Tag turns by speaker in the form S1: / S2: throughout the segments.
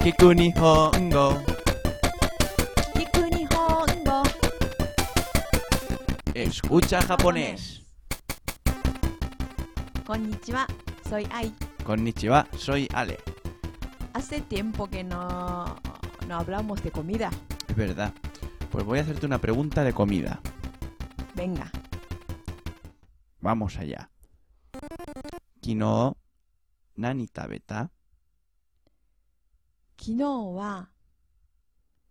S1: 聞く日本語
S2: 聞く日本語
S1: Escucha japonés
S2: こんにちは soy Ai
S1: Konnichiwa, soy Ale
S2: hace tiempo que no no hablamos de comida
S1: Es verdad Pues voy a hacerte una pregunta de comida
S2: venga
S1: Vamos allá Kino Nani tabeta
S2: 昨日は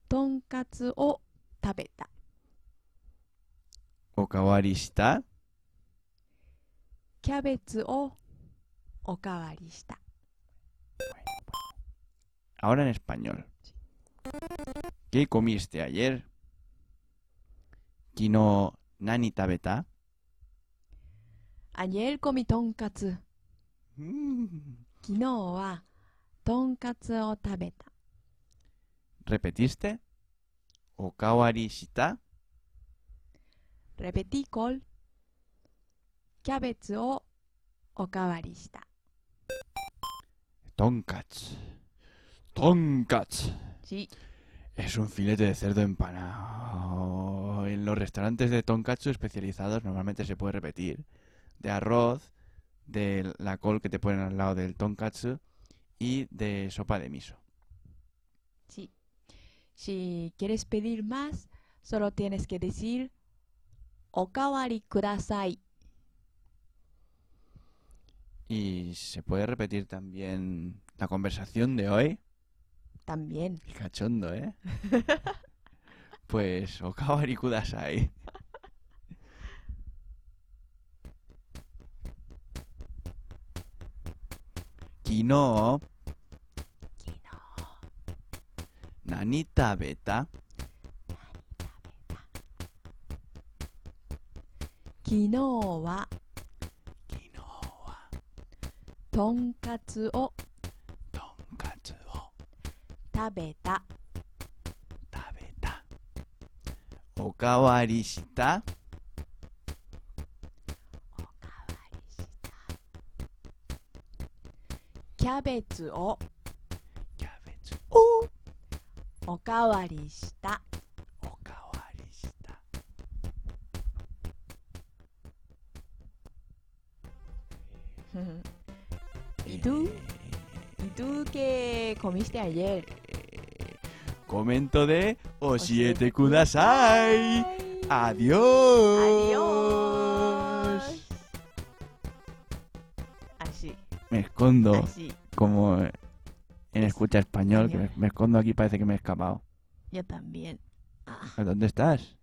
S2: とんかつを食べた
S1: Okawari shita
S2: キャベツをおかわりした
S1: Ahora en español ¿Qué comiste ayer? Kino Nani tabeta
S2: ayer comí とんかつ
S1: Mm.
S2: 昨日はとんかつを食べた
S1: ¿Repetiste? ¿Okawari shita?
S2: repetí col キャベツをおかわりした
S1: Tonkatsu. Tonkatsu.
S2: し
S1: Es un filete de cerdo empanado. En los restaurantes de tonkatsu especializados normalmente se puede repetir. De arroz, de la col que te ponen al lado del tonkatsu y de sopa de miso.
S2: Sí. Si quieres pedir más, solo tienes que decir okawari kudasai.
S1: Y se puede repetir también la conversación de hoy.
S2: También.
S1: Qué cachondo, ¿eh? pues okawari kudasai. Kino nani tabeta?
S2: 昨日は
S1: Kino
S2: とんかつを
S1: tonkatsu o
S2: 食べた。
S1: tabeta. Okawari shita?
S2: キャベツを
S1: Kyabetsu o
S2: おかわり した。
S1: okawari shita.
S2: いど
S1: Eh,
S2: ういどけこみしてあげる。
S1: Comento de Oshiete Kudasai. Adiós.
S2: 足
S1: Me escondo
S2: 足
S1: como en escucha español, que me,
S2: Español.
S1: me escondo aquí, parece que me he escapado.
S2: やったんびん。あ
S1: ¿Dónde estás?